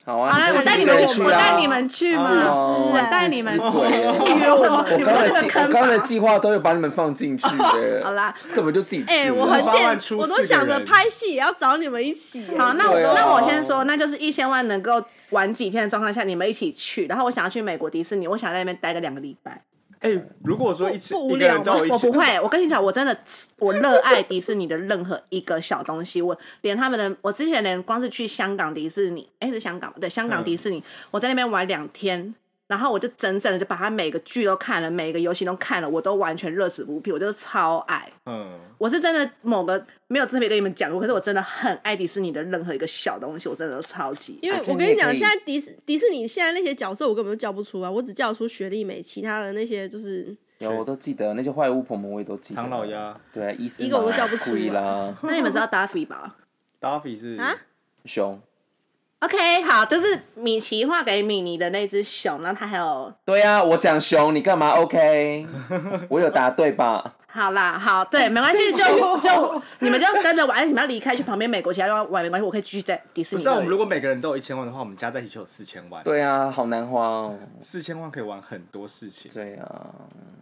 好好啊，啦，你我再带自己你一个人们去，去我带啊你们去自私嘛。哦我带你们自私去鬼啊不约 我我你刚刚的计我们这个坑刚刚的吧。计划都会把你们放进去 的。好啦，怎么就自己去了？哎、我很横18万店，出我都四个想着人拍戏也要找你们一起耶。好，那我、对啊那我先说，那就是一千万能够玩几天的状况下，你们一起去。然后我想要去美国迪士尼，我想在那边待个两个礼拜。哎，如果说一起不不无一个人聊叫我一我起不，会，我跟你讲，我真的我热爱迪士尼的任何一个小东西。我连他们的，我之前连光是去香港迪士尼，哎、是香港吗对，香港迪士尼，我在那边玩两天。然后我就整整的就把它每个剧都看了，每个游戏都看了，我都完全乐此不疲，我就是超爱。嗯，我是真的某个没有特别跟你们讲过，可是我真的很爱迪士尼的任何一个小东西，我真的都超级因为啊我这跟你也你讲，可以现在迪士迪士尼现在那些角色我根本就叫不出来，我只叫得出雪莉美，其他的那些就是有我都记得那些坏巫婆们，我也都记得。唐老鸭，对啊，伊斯一个我都玛叫不出库伊来拉那你们知道 Duffy 吧达菲是啊熊。 ？OK，好，就是米奇画给米妮的那只熊，然后它还有，对呀、啊，我讲熊，你干嘛？OK，我有答对吧？好啦，好，对，没关系，就就你们就跟着玩，哎你们要离开去旁边美国其他地方玩没关系，我可以继续在迪士不尼是啊，乐园。我们如果每个人都有一千万的话，我们加在一起就有四千万。对啊，好难花哦。四千万可以玩很多事情，对啊，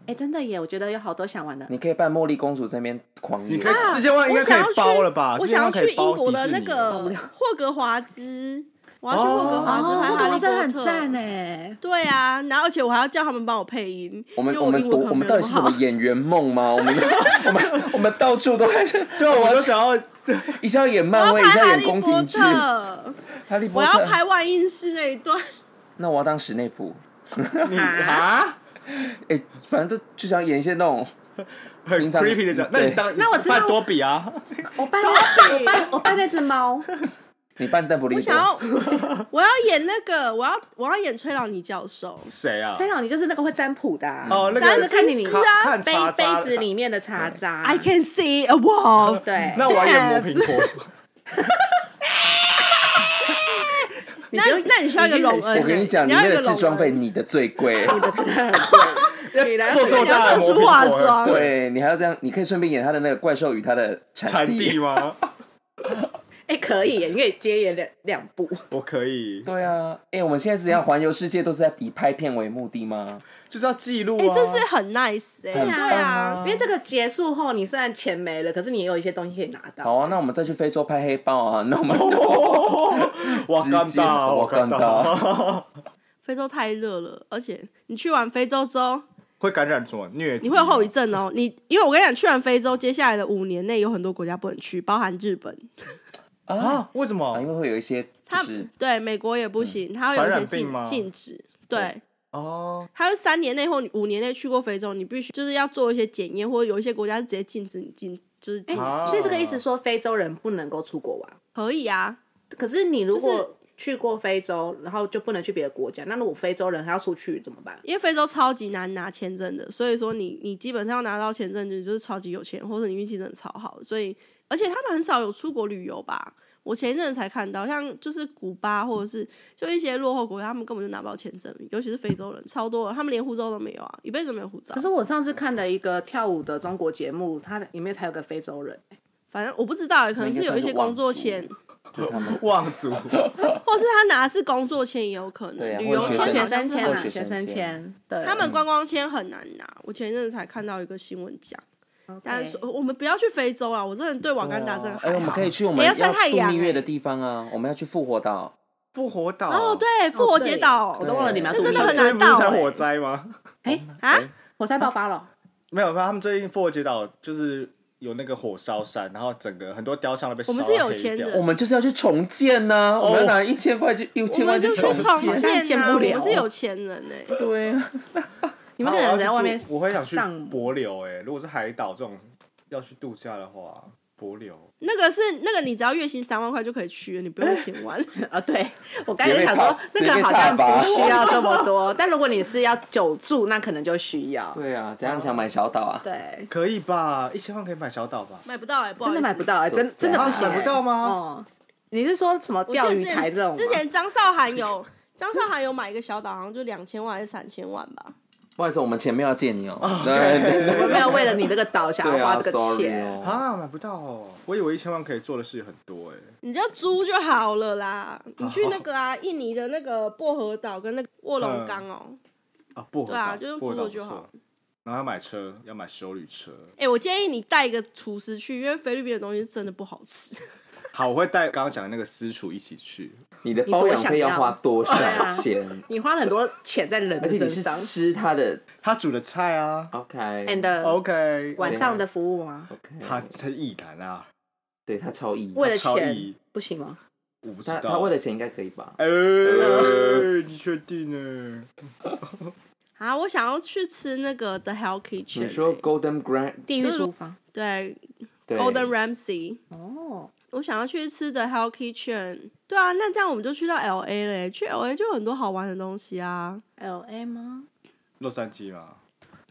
哎、真的耶，我觉得有好多想玩的。你可以扮茉莉公主在那边狂你野可以。四千万应该我可想要以去包了吧？啊我想要4000万可去以包英国的迪士那尼个霍格华兹，我要去霍格华哦兹拍哈利真的波很特。赞哎！对啊，然后而且我还要叫他们帮我配音，我们因为我们英多文可我能们到底是什么没有很好演员梦吗？我 们我们我们到处都还是对啊，我都想要一下要演我漫要威，拍一下哈演利宫波廷剧，特，哈利我波要特。拍万应室那一段。那我要当史内普。你啊，哎、反正都就想演一些那种很平常嗯 creepy 的讲。那对你当那我知道扮多比啊，我扮那我扮我扮那只猫，你扮邓布利多我想，要，我要演那个，我要我要演崔老尼教授。谁啊？嗯崔老你就是那个会占卜的、啊，哦，那占个星看你师啊看杯查渣杯子里面的茶渣。 I can see a wall。对，那我要演磨苹果，那那你需要一个你就容恩欸，我跟你讲，你要那一个个置装费容恩，你的最 贵，你来做做 你大要的特磨殊化苹果妆。对你还要这样，你可以顺便演他的那个怪兽与他的产产地啊吗？哎、可以耶，你可以接演两两部。我可以，对啊，哎、我们现在是要环游世界，都是在以拍片为目的吗？就是要记录哎，啊。这是很 nice 哎，很对棒啊，啊因为这个结束后，你虽然钱没了，可是你也有一些东西可以拿到。好啊，那我们再去非洲拍黑豹 啊，那我们哦我干直接到，我干到，非洲太热了，而且你去完非洲之后， 会感染什么疟疾？你会有后遗症哦。你因为我跟你讲，去完非洲，接下来的五年内有很多国家不能去，包含日本。啊啊？为什啊，么因？为会有一些就他是对美国也不行，它会有一传些染病禁吗禁止。对对，哦，它是三年内或你五年内去过非洲，你必须就是要做一些检验，或者有一些国家是直接禁止你进就是哎、啊所以这个意思说非洲人不能够出国玩。可以啊，可是你如就是果去过非洲，然后就不能去别的国家，那如果非洲人还要出去怎么办？因为非洲超级难拿签证的，所以说你你基本上要拿到签证，你就是超级有钱，或者你运气真的超好。所以，而且他们很少有出国旅游吧？我前一阵子才看到，像就是古巴或者是就一些落后国家，他们根本就拿不到签证，尤其是非洲人，超多人，他们连护照都没有啊，一辈子没有护照可。是我上次看的一个跳舞的中国节目，它里面才有个非洲人，反正我不知道欸，可能是有一些工作签，就他 们望族，或是他拿的是工作签也有可能，对啊旅或游者签学好像学生是签很啊，学学生生签签，对，他们观光签很难拿。我前一阵子才看到一个新闻讲， OK 但是我们不要去非洲啊！我真的对瓦干达真的还啊哎，我们好。可以去我哎们要要晒太阳度蜜哎月的地方啊，我们要去复活岛。复活岛啊哦，，对，复活节岛我，都忘了你们那要注真意的很最近难不是到才欸火灾吗？哎，啊，火灾爆发了，没有，他们最近复活节岛就是有那个火烧山，然后整个很多雕像都被烧我们到是有黑钱掉人我们就是要去重建呐，我们要哦拿一千块去一我千块们就去重重建好像建见啊，不我了们是有钱人哎。对啊，你啊们可能我要在是外住面，我会想去上帛琉哎，如果是海岛这种要去度假的话，帛琉那个是那个，你只要月薪三万块就可以去了，你不用钱玩。 啊，对我刚才直接想被说踏那直个好接像被踏伐不需要这么多，但如果你是要久住，那可能就需要，对啊，怎样想买小岛啊？对，可以吧？一千万可以买小岛吧？ 买不到哎，不好真意的思，买不到，哎真真的啊不行，买不到欸吗哦，你是说什么我记得钓鱼之前台这种吗？之前张韶涵有张韶涵有买一个小岛，好像就两千万还是三千万吧。不好意思，我们钱没有要借你哦。对对对我没有为了你这个岛想对啊要 花啊这个，sorry 钱。哦。啊，买不到哦！我以为一千万可以做的事很多哎、你就租就好了啦，你去那个啊，印尼的那个薄荷岛跟那个卧龙嗯岗哦。啊，薄荷对啊岛就用薄荷租的岛不就错好然后要买车，要买修旅车。哎，我建议你带一个厨师去，因为菲律宾的东西是真的不好吃。好，我会带刚刚讲的那个私厨一起去。你的包养费要花多少钱？ 你花了很多钱在人而且你身是上吃他的他煮的菜啊，OK ，and uh，呃，OK，晚上的服务吗？他 OK，他意谈啊，对他超意，为了超钱意不行吗？我不知他道。他为了钱应该可以吧？哎、呃你确定呢？啊，我想要去吃那个 The Hell Kitchen 欸。你说 Golden Grand 地狱厨房对对 Golden Ramsy，哦，我想要去吃 The Hell Kitchen。对啊，那这样我们就去到 L A 嘞，去 L A 就有很多好玩的东西啊。 L A 吗？洛杉矶嘛，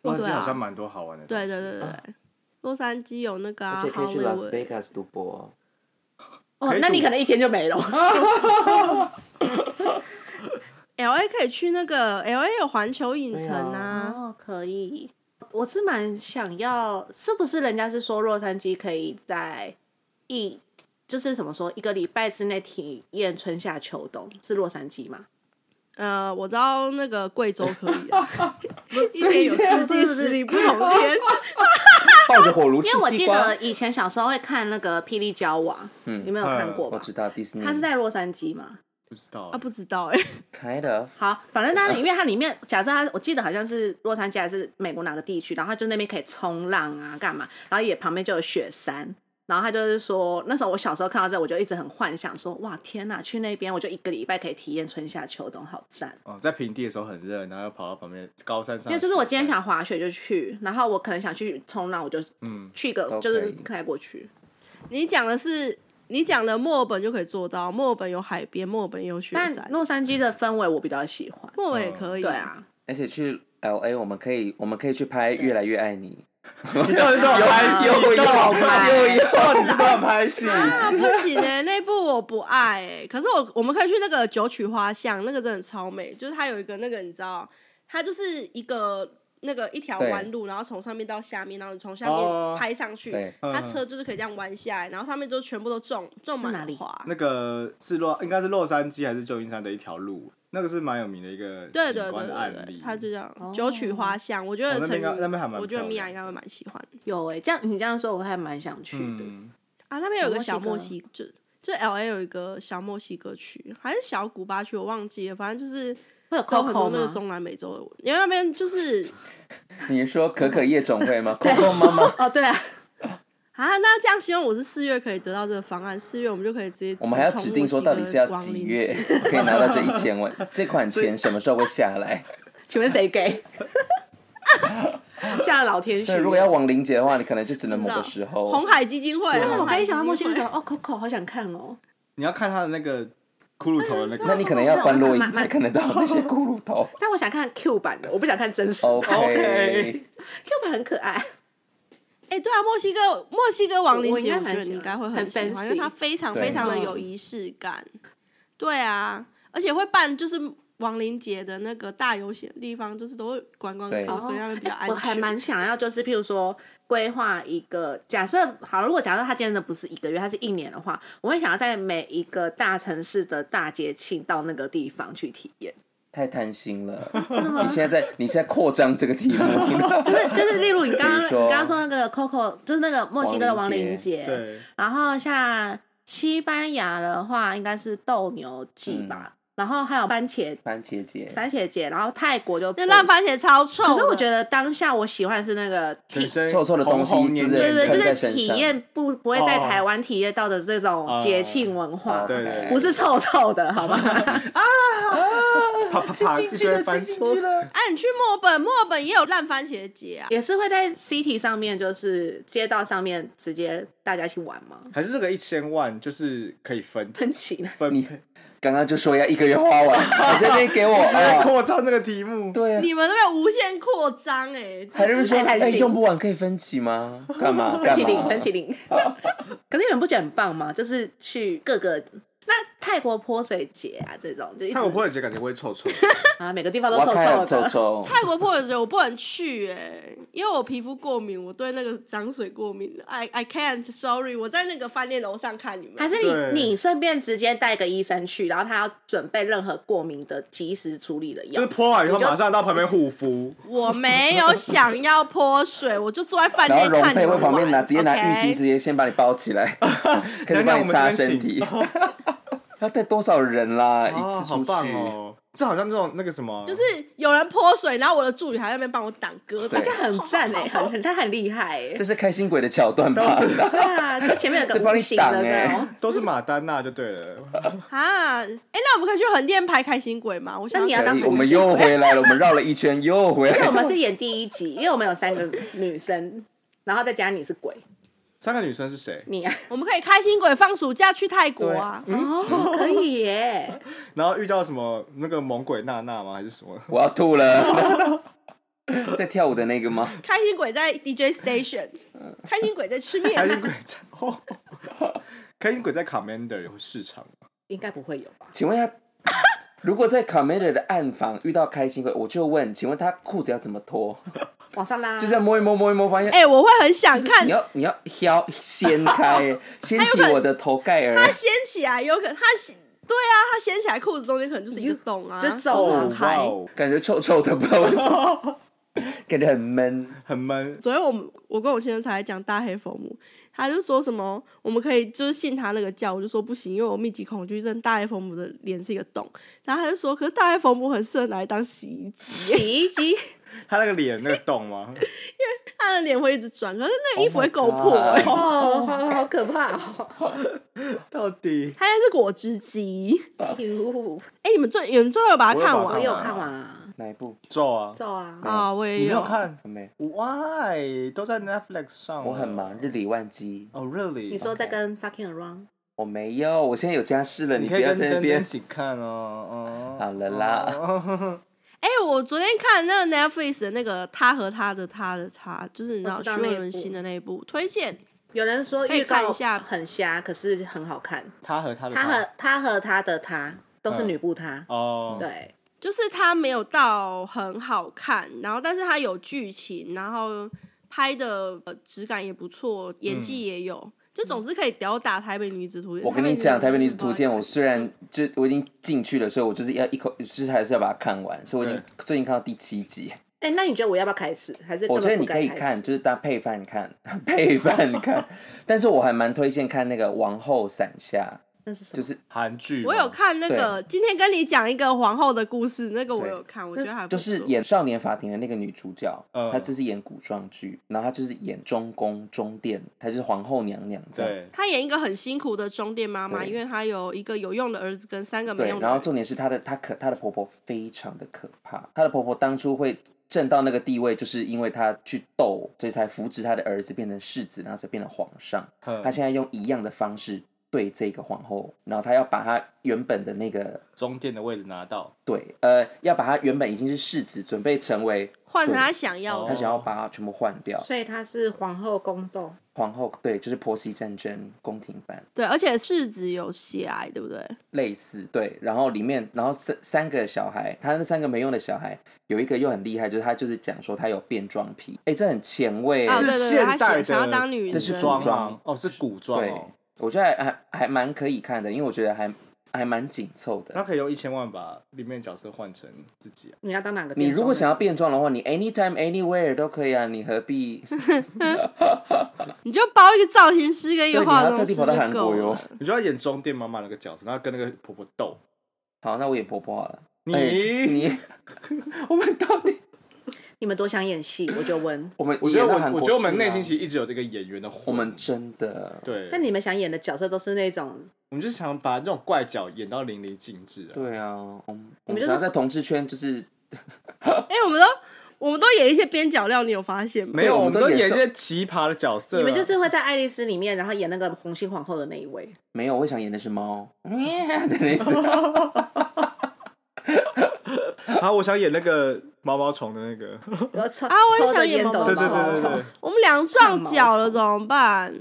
对洛啊杉矶好像蛮多好玩的。对对对对，洛杉矶有那个啊而啊且可以去 Las Hollywood， Vegas 赌博。哦可，以那煮你可能一天就没了。 L A 可以去那个 L A 有环球影城啊， 哦，可以。我是蛮想要，是不是人家是说洛杉矶可以在一就是怎么说一个礼拜之内体验春夏秋冬？是洛杉矶吗？啊呃，我知道那个贵州可以啊， 一天有四季十里不同天，抱着火炉吃因为我西记瓜得。啊以前小时候会看那个《霹雳娇娃》，嗯，你们有看过我吧？知道 Disney，它是在洛杉矶嘛？不知道、啊不知道哎， kind of 好，反正它里面它里面，假设它我记得好像是洛杉矶还是美国哪个地区，然后它就那边可以冲浪啊，干嘛，然后也旁边就有雪山。然后他就是说，那时候我小时候看到这，我就一直很幻想说，哇，天哪，去那边我就一个礼拜可以体验春夏秋冬，好赞！哦，在平地的时候很热，然后又跑到旁边高山上。因为就是我今天，想滑雪就去，然后我可能想去冲浪，我就嗯， 去一个都就是可以开过去。你讲的是。你讲的墨尔本就可以做到，墨尔本有海边，墨尔本有雪但山，洛杉矶的氛围我比较喜欢，墨尔本也可以。对，啊，而且去 L A 我们可以我们可以去拍《越来越爱你》。你到底多少拍戏？你到底又又你是多少拍戏？啊，不行哎、那部我不爱哎、可是我我们可以去那个九曲花巷，那个真的超美，就是它有一个那个你知道，它就是一个那个一条对弯路，然后从上面到下面，然后你从下面哦拍上去，对它嗯车就是可以这样弯下来，然后上面就全部都种种满哪了里花。那个是洛，应该是洛杉矶还是旧金山的一条路，那个是蛮有名的一个对景对对观的案对对例，。它就这样九曲花巷，我觉哦得那边成应该那边还蛮我觉得漂米娅亮应该会蛮喜欢有哎、这样你这样说我还蛮想去的。嗯，啊。那边有一个墨西小墨哥西哥，就就 L A 有一个小墨西哥区，还是小古巴区，我忘记了，反正就是。会有都有很 Coco 多那个吗？中南美洲的文，因为那边就是 你说可可夜总会吗？空空妈妈， 哦，对啊，啊，那这样希望我是四月可以得到这个方案，四月我们就可以直接我们还要直指冲定说墨到西底哥是要光几临月节 可以拿到这一 千万，这款钱什么时候会下来？请问谁给？吓老天许对，愿。如果要往零解的话，你可能就只能某个时红候。海基金会，真啊的，红我刚海基一金想到会墨西哥，就想 到哦，Coco 好想看哦。你要看他的那个骷髅头的那个，那你可能要关录音慢慢才看得到那些骷髅头。但我想看 Q 版的，我不想看真实版。 OK， Q 版很可爱，哎、对啊，墨西哥墨西哥亡灵节，我我应该觉蛮得你应该会很喜喜欢欢，很嗯因为它非常对非常的有仪式感。对啊，而且会办就是亡灵节的那个大游行的地方，就是都会观光对哦客，所以他们比较安我还全。蛮想要，就是譬如说规划一个假设，好，如果假设它今天的不是一个月，它是一年的话，我会想要在每一个大城市的大节庆到那个地方去体验。太贪心了。你现在在你现在扩张这个题目，就是就是，例如你刚刚比如你说刚刚说那个 Coco，就是那个墨西哥的亡灵节，对，然后像西班牙的话，应该是斗牛季嗯吧，然后还有番茄番茄节，番茄节，然后泰国就那烂番茄超臭的，可是我觉得当下我喜欢的是那个体全，身臭臭的东西红红就黏是黏对的对，喷在就身是上体验不不会在哦台湾体验到的这种节庆文化，哦对对，对不是臭臭的，好吧？ 啪啪啪一堆番茄，了。哎、你去墨尔本，墨尔本也有烂番茄节啊。也是会在 city 上面，就是街道上面直接大家一起玩吗？还是这个一千万就是可以分喷起来，分你配，刚刚就说要一个月花完，你在那边给我在啊？扩张这个题目，对啊，你们那边无限扩张哎，还是说太贪哎心用不完可以分期 吗？干嘛喷干起嘛灵，？喷 起灵。可是你们不觉得很棒吗？就是去各个。那泰国泼水节啊，这种就一直泰国泼水节感觉会臭臭的，啊，每个地方都我臭要看臭臭的。臭，泰国泼水节我不能去哎、因为我皮肤过敏，我对那个脏水过敏。I I can't, sorry。我在那个饭店楼上看你们，还是对你你顺便直接带个医生去，然后他要准备任何过敏的及时处理的就药是。泼完以后你就马上到旁边护 肤，我没有想要泼水，我就坐在饭然后店容看你佩会们旁边拿玩。直接拿浴巾，直 OK，接先把你包起 来，开始娘娘帮我你们擦这边请身体。 要带多少人哦，啦？一次好出棒去，哦！这好像这种那个什么，就是有人泼水，然后我的助理还在那边帮我挡疙瘩对这。很赞哎、很 很他很厉害哎、这是开心鬼的桥段吧？ 对啊，他前面有个这帮无你形挡的欸那种。都是马丹娜就对了，啊，哎、那我们可以去横店拍开心鬼吗？我想那你要可当以，主我们持又回来了，我们绕了一圈又回因来 为我们了。是演第一集，因为我们有三个女生，然后再加你是鬼，三个女生是谁？你啊，我们可以开心鬼放暑假去泰国啊。嗯哦，可以耶，然后遇到什么那个猛鬼娜娜吗？还是什么？我要吐了， 在跳舞的那个吗？开心鬼在 DJ station，开嗯心鬼在吃开心面，鬼在哦，开心鬼在 Commander 有市场吗，应该不会有吧？请问一下，如果在卡梅尔的暗房遇到开心鬼，我就问，请问他裤子要怎么脱？啊往上拉，就这样摸一摸，摸一摸，发现。哎、我会很想看你要你要挑掀 开，掀起我的头盖儿，它掀起来，有可能它掀，对啊，它掀起来裤子中间可能就是一个洞啊，这手走指了很开。哦，感觉臭臭的，不知道为什么， 感觉很闷。很闷，昨天我们我跟我先生才在讲大黑佛母，他就说什么我们可以就是信他那个教，我就说不行，因为我密集恐惧症，大黑佛母的脸是一个洞。然后他就说，可是大黑佛母很适合拿来当洗衣机，洗衣机，他那个脸那个洞吗？他的脸会一直转，可是那个衣服 Oh my 会勾破、欸 God 哦，好好可怕哦，到底他应该是果汁机。哟，哎、你们最你们最后有把它看我完我有有把它看完啊，哪一部？咒啊？走啊，啊、我也你没有看没， ？Why 都在 Netflix 上了，我很忙，日理万机。哦，Really？你说在跟 fucking around，我没有，我现在有家室了，你不可以要跟在那灯灯一边。起看哦，哦，好了啦哦哎、我昨天看那个 Netflix 的那个《他和他的他的他》，就是你知道我知道徐那若一伦部新的那一部，推荐。有人说可以预看告一下很瞎，可是很好看，他和他的他和他和他的他都嗯是女部他，哦，对。就是它没有到很好看，然后但是它有剧情，然后拍的呃质感也不错，演技也有，就总之可以吊打台北女子图嗯鉴。我跟你讲，《台北女子图鉴》，不好我看虽然就我已经进去了，所以我就是要一口，就是还是要把它看完。所以我已经最近看到第七集，哎、那你觉得我要不要开始？还是我觉得根本你不该可以开始看，就是搭配 饭看，配饭看。但是我还蛮推荐看那个《王后伞下》，那是什么？就是韩剧我吗有看那个，今天跟你讲一个皇后的故事，那个我有看，我觉得还不就错。是演少年法庭的那个女主角，嗯她这是演古装剧，然后她就是演中宫中殿，她就是皇后娘娘这样。对，她演一个很辛苦的中殿妈妈，对因为她有一个有用的儿子跟三个没对用，的然儿后子。重点是她的她可她的婆婆非常的可怕，她的婆婆当初会震到那个地位，就是因为她去斗，所以才扶植她的儿子变成世子，然后才变成皇上。嗯她现在用一样的方式对这个皇后，然后她要把她原本的那个中殿的位置拿到，对呃，要把她原本已经是世子，准备成为换成她想要哦她的，想要把她全部换掉。所以她是皇后宫斗，皇后对，就是婆媳战争宫廷版对，而且世子有血癌，对不对？类似对，然后里面然后三三个小孩，他那三个没用的小孩，有一个又很厉害，就是他就是讲说他有变装癖，哎，这很前卫，啊是对对对现她代想的，想要当女这是生装古吗装？啊哦，是古装对哦，，我觉得还还还蛮可以看的，因为我觉得还还蛮紧凑的。那可以用一千万把里面的角色换成自己啊。你要当哪个变装你人？如果想要变装的话，你 anytime anywhere 都可以啊，你何必？你就包一个造型师跟 对，一个你化还要妆特师地跑到韩就够国哟了。。你就要演中殿妈妈那个角色，然后跟那个婆婆斗。好，那我演婆婆好了。你、哎 你， 我们到底你们多想演戏，我就问。我们我觉得演到我韩我国觉得我们去啊内心其实一直有这个演员的魂我们真的对，但你们想演的角色都是那种，我们就是想把这种怪角演到淋漓尽致啊。对啊，我们我你们们就是想要在同志圈就是哎，我们都我们都演一些边角料，你有发现吗？没有，对我我们们都都演演一些奇葩的角色啊、你们就是会在《爱丽丝》里面，然后演那个红心皇后的那一位。没有，我想演的是 猫的那种。啊，我想演那个毛毛虫的那个，然后抽啊我也抽想着演烟斗毛对毛的对对对那对种，我们俩撞脚了怎么办？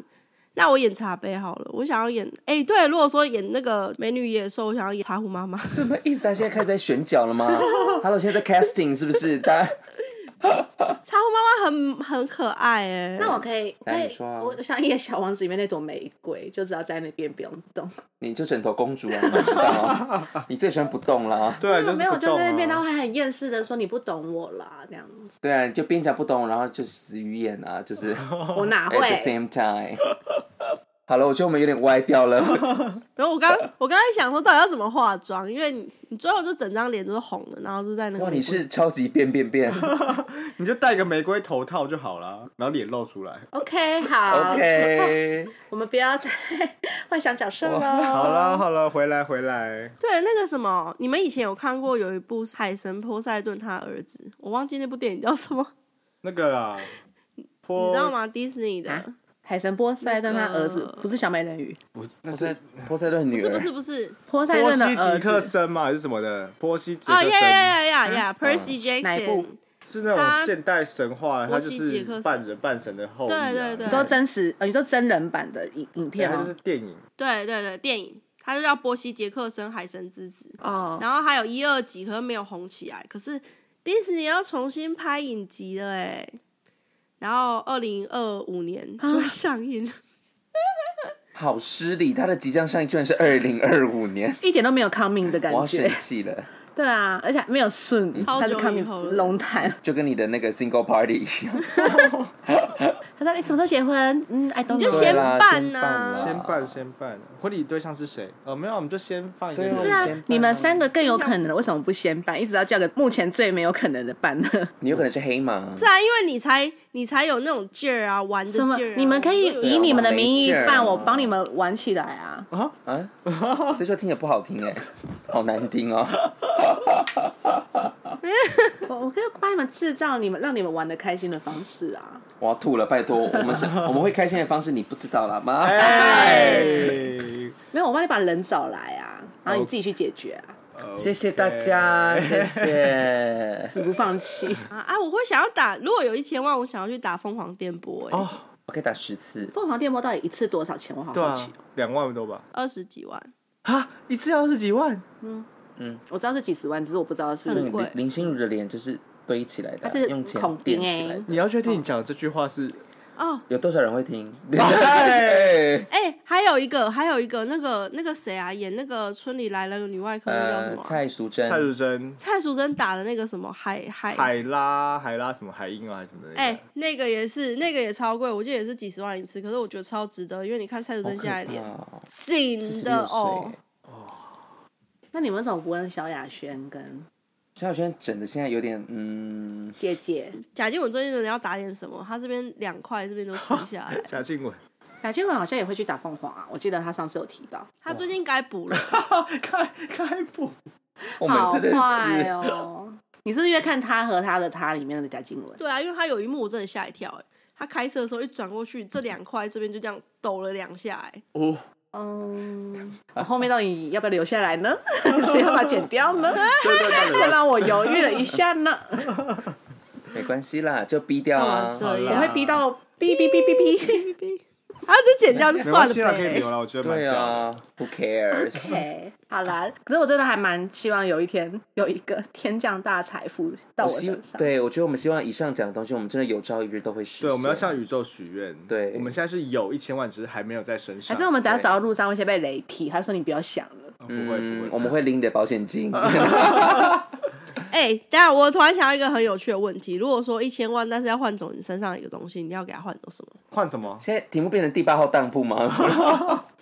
那我演茶杯好了，我想要演，哎、对，如果说演那个美女野兽，我想要演茶壶妈妈。 是不是意思他现在开始在选角 了吗？Hello，现在在 casting 是不是？大家茶壶妈妈很很可爱哎、那我可以，我可来以你，说啊我想演《小王子》里面那朵玫瑰，就只要在那边不用动。你就枕头公主啊，你知道？你最喜欢不动啦。对啊，没就有是没有，不就动在那边，然后啊。还很厌世的说你不懂我啦，这样子。对啊，你就边讲不动，然后就死鱼眼啊， 就是我哪 at the 会？ same time。好了，我觉得我们有点歪掉 了。然后我刚我刚才想说，到底要怎么化妆？因为你你最后就整张脸都是红的，然后就在那个哇，美你国是超级变变变。你就戴个玫瑰头套就好啦，然后脸露出来。 OK，好 OK， 我们不要再 幻想角色好了。啦好啦，回来回来，对那个什么，你们以前有看过有一部《海神波塞顿》他儿子，我忘记那部电影叫什么，那个啦， 你你知道？吗？迪士尼的、啊海神波塞顿他儿那子个不是小美人鱼，不是，那波塞是波塞顿不女是儿不是不是波塞波顿西呃的迪克儿子森嘛，还是什么的？波西杰克啊森、呀呀呀呀嗯，Percy 哪 Jackson 一部。是那种他现代神话，他波就西是杰克森半人半神的后裔、啊。对对对你说真实呃，你说真人版的影影对，片哦他就吗是？电影。对对对，电影，它就叫《波西·杰克森海神之子》，哦，然后还有一二集，可是没有红起来。可是迪士尼要重新拍影集了哎，然后二零二五年啊就会上 映了。好失礼，他的即将上映居然是二零二五年，一点都没有 coming 的我感要生觉。气了， 对啊，而且没有顺，超他是久以 coming 后了龙潭。 就跟你的那个 single party 一样，他说你哎什么时候结婚？嗯，I don't 你就 know 先对啦办啦啊先办先办，婚礼对象是谁？呃，没有，我们就先放一个对啊人。是先啊办啊，你们三个更有可能，为什么不先办？一直要叫个目前最没有可能的办呢？你有可能是黑马，是啊，因为你才你才有那种劲儿啊，玩的什么劲儿、啊。？你们可以我都有以你们的名义对啊办，我帮你们玩起来啊！ 啊，这句话听也不好听哎，好难听哦。 我我可以帮你们制造你们让你们玩的开心的方式啊！我要吐了，拜托，我 们是，我们会开心的方式你不知道啦吗？哎，没有，我帮你把人找来啊，然后你自己去解决啊，呃谢谢大哎家，谢谢。死不放弃。 啊啊！我会想要打，如果有一千万，我想要去打疯狂电波哎、哦我可以打十次，凤凰电波到底一次多少钱？我好对好啊奇哦。，两万多吧？二十几万。啊，一次要二十几万？我知道是几十万，只是我不知道是那很个贵林林心如的脸就是堆起来的它啊，是用钱孔垫丁起哎来的。你要确定你讲的这句话是哦哦，有多少人会听？ 哎哎、还有一个，还有一个，那个那个谁啊，演那个村里来了个女外科，那叫什 呃，么啊、蔡淑蔡珍淑珍、蔡淑珍打的那个什么海海海拉、海拉什么海英啊，还是什么的？，哎、那个也是，那个也超贵，我记得也是几十万一次，可是我觉得超值得，因为你看蔡淑好珍可现在脸怕哦紧的46岁哦，那你们怎么不问萧亚轩跟萧亚轩整的现在有点嗯，姐姐？贾静雯最近真的要打点什么，她这边两块这边都垂下来贾静雯， 贾静雯好像也会去打凤凰啊，我记得她上次有提到。她最近该补了。开开播，我好们真的坏是哦！ 你是不是因为看他和他的他里面的贾静雯？对啊，因为她有一幕我真的吓一跳、哎，她开车的时候一转过去，这两块这边就这样抖了两下、 哎，哦，嗯，后面到底要不要留下来呢？ 谁要把它剪掉 呢？对对对这对，让我犹豫了一下呢。没关系啦，就逼掉啊干嘛。这我样会逼到哔哔哔 哔哔。她这剪掉就没 算关了系啊啦，可以留呗。了，我觉得蛮对屌的。啊，Who cares？ OK，好啦。可是我真的还蛮希望有一天有一个天降大财富到我我希身上。对，我觉得我们希望以上讲的东西，我们真的有朝一日都会实现。对，我们要向宇宙许愿。对我们现在是有一千万，只是还没有在身上。还是我们等下走到路上会先被雷劈，他说你不要想了。哦不会不嗯会，我们会领你的保 险金。哎、等一下我突然想到一个很有趣的问题，如果说一千万，但是要换走你身上一个东西，你要给他换走什么？换什么？现在题目变成第八号当铺 吗？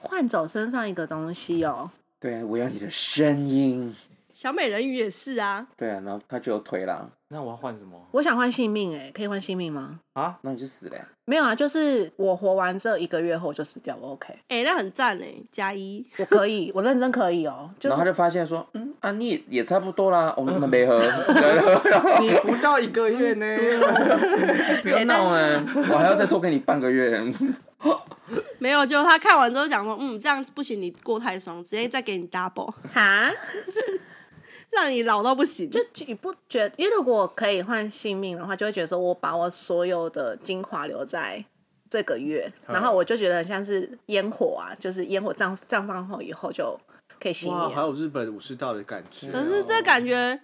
换走身上一个东西哦，对，我要你的声音。小美人鱼也是啊，对啊，然后他就有腿啦，那我要换什么我想换性命哎、可以换性命吗？啊？那你就死了呀。没有啊，就是我活完这一个月后我就死掉，我 OK，哎、那很赞哎、加一。我可以，我认真可以哦。就然后是他就发现说，嗯啊，你也也差不多啦，我们 没合，然后你不到一个月 呢，不要闹哎，我还要再多给你半个月。没有，就他看完之后讲说，嗯，这样不行，你过太爽，直接再给你 double，哈，让你老到不行。就你不觉得？因为如果可以换性命的话，就会觉得说我把我所有的精华留在这个月，嗯然后我就觉得很像是烟火啊，就是烟火绽绽放后以后就可以熄哇，灭还。有日本武士道的感觉。哦可是这感觉，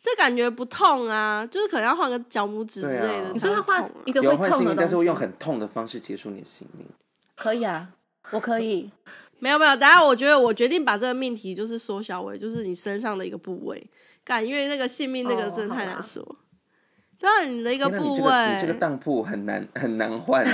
这感觉不痛啊，就是可能要换个脚拇指之类对啊的。你说才要会换痛啊一个有会换痛性的命，但是东我西，用很痛的方式结束你的性命。可以啊，我可以。没有没有，等一下我觉得我决定把这个命题就是缩小为就是你身上的一个部位，感因为那个性命那个哦真的太好难啊说。对啊，你的一个天哪部你这位，个你这个当铺很难很难换，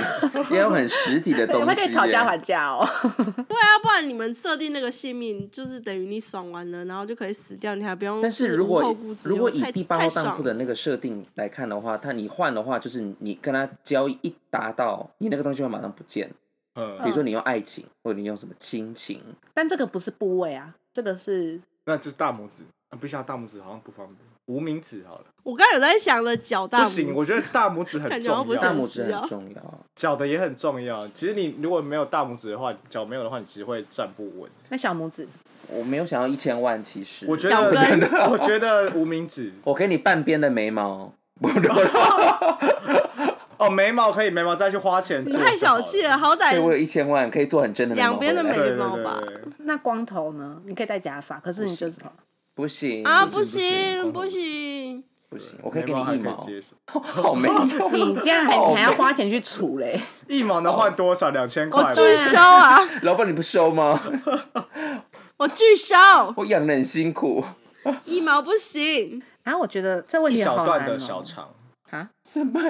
也有很实体的我东们可以西。讨价还价哦。 要不然你们设定那个性命，就是等于你爽完了，然后就可以死掉，你还不用但是是如无果后顾之忧如果以太第八号太爽当铺的那个设定来看的话，它你换的话，就是你跟他交易一达到，你那个东西会马上不见。比嗯，如说你用爱情，或者你用什么亲情，但这个不是部位啊，这个是那就是大拇指，啊不行，大拇指好像不方便，无名指好了。我刚才有在想了脚大拇不指行，我觉得大拇指很感觉好像重不是大要，拇指很重要。脚的也很重要。其实你如果没有大拇指的话，脚没有的话，你其实会站不稳。那小拇指。我没有想要一千万，其实我觉脚跟得， 我觉得无名指我给你半边的眉毛，哦，眉毛可以，眉毛再去花钱你做。太小气了，。好对我有歹一千万可以做很真的眉毛回来。两边的眉对对毛对吧对，那光头呢？你可以戴假发，可是你就是 不行啊，不行行不不行，不行，我可以眉给你毛还一可以毛，接受。好没用。 你这样还好你还要美花钱去除嘞？ 一毛能换多少？两千块我吧。拒收啊，老板你不收吗？我拒收，我养的很辛苦，一毛不行，然后我觉得这问一题好小段难哦的。小肠，什么？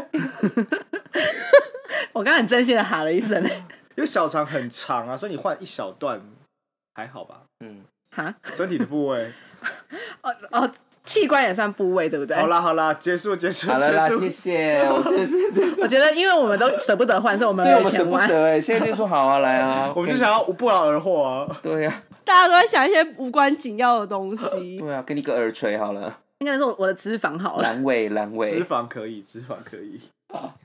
我刚刚很真心的喊了一声嘞，因为小肠很长啊，所以你换一小段还好吧？嗯，哈 身体的部位。哦哦，器官也算部位对不对？ 好，啦好啦，结束结束 好 了啦，谢结束。谢，我真的是，我觉得因为我们都舍不得换，所以我们对我没们有舍钱不换。得哎，现在就说好啊，来啊，我们就给你想要不劳而获啊。对呀，大家都在想一些无关紧要的 东西，对啊，给你个耳垂好了， 应该是我的脂肪好了。阑尾阑脂尾，肪可以，脂肪可以。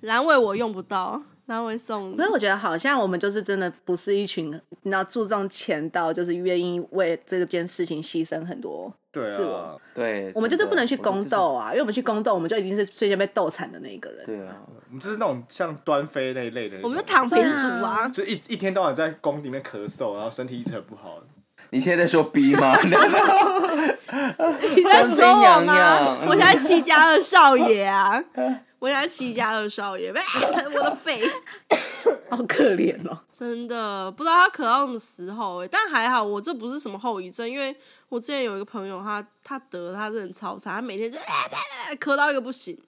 阑尾我用不到，阑尾送你可，是我觉得好像我们就是真的不是一群，你要注重钱到就是愿意为这件事情牺牲很多。对是啊我，对，我们就是不能去宫斗啊，啊，因为我们去宫斗，我们就一定是最先被斗惨的那一个人。对啊，我们就是那种像端妃那一类的那种，我们就躺平对族啊啊，就一一天到晚在宫里面咳嗽，然后身体一直很不好。你现在在说 B 吗？ 你在说我娘娘吗？我才七加二少爷啊，我想要七家二少爷， 我的肺。好可怜哦。真的不知道他咳到什么时候哎、但还好我这不是什么后遗症，因为我之前有一个朋友他他得他真的超惨，他每天就咳到一个不行，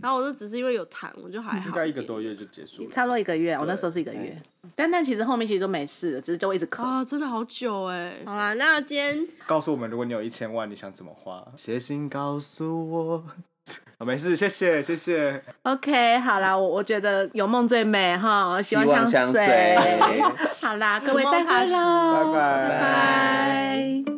然后我就只是因为有痰，我就还好一点，应该一个多月就结束了。差不多一个月，我那时候是一个月，但但其实后面其实都没事了，只是就一直咳。啊，真的好久哎、好啦，那今天告诉我们，如果你有一千万，你想怎么花？写信告诉我。啊，没事，谢谢，谢谢。 OK，好啦，我我觉得有梦最美哈，希希望相相随。 好啦，各位再什么会开始喽，拜拜拜拜